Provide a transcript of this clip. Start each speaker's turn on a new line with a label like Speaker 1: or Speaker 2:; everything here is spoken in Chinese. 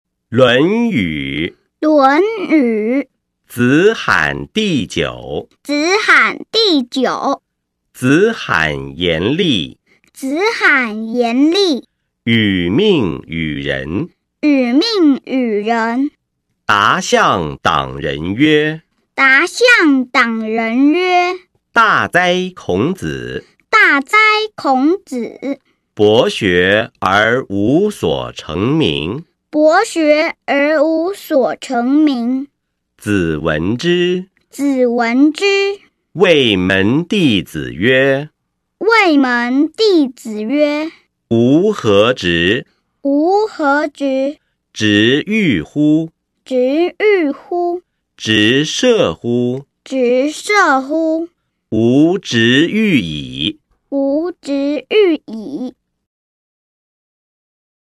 Speaker 1: 《论语
Speaker 2: 《论语》
Speaker 1: ·子罕第九》：
Speaker 2: 子罕第九，
Speaker 1: 子罕严厉，
Speaker 2: 子罕严厉，
Speaker 1: 与命与人。
Speaker 2: 与命与人。
Speaker 1: 达相党人曰
Speaker 2: 达相党人曰：“
Speaker 1: 大哉孔子！：“
Speaker 2: 大哉孔子！
Speaker 1: 博学而无所成名。
Speaker 2: 博学而无所成名。”
Speaker 1: 子闻之，”
Speaker 2: 子闻之，
Speaker 1: 谓门弟子曰
Speaker 2: 谓门弟子曰：“
Speaker 1: 吾何直？：“
Speaker 2: 吾何直？
Speaker 1: 直欲乎？
Speaker 2: 直欲乎？
Speaker 1: 直射乎？
Speaker 2: 直射乎？
Speaker 1: 吾直欲矣。”
Speaker 2: 吾直欲矣。”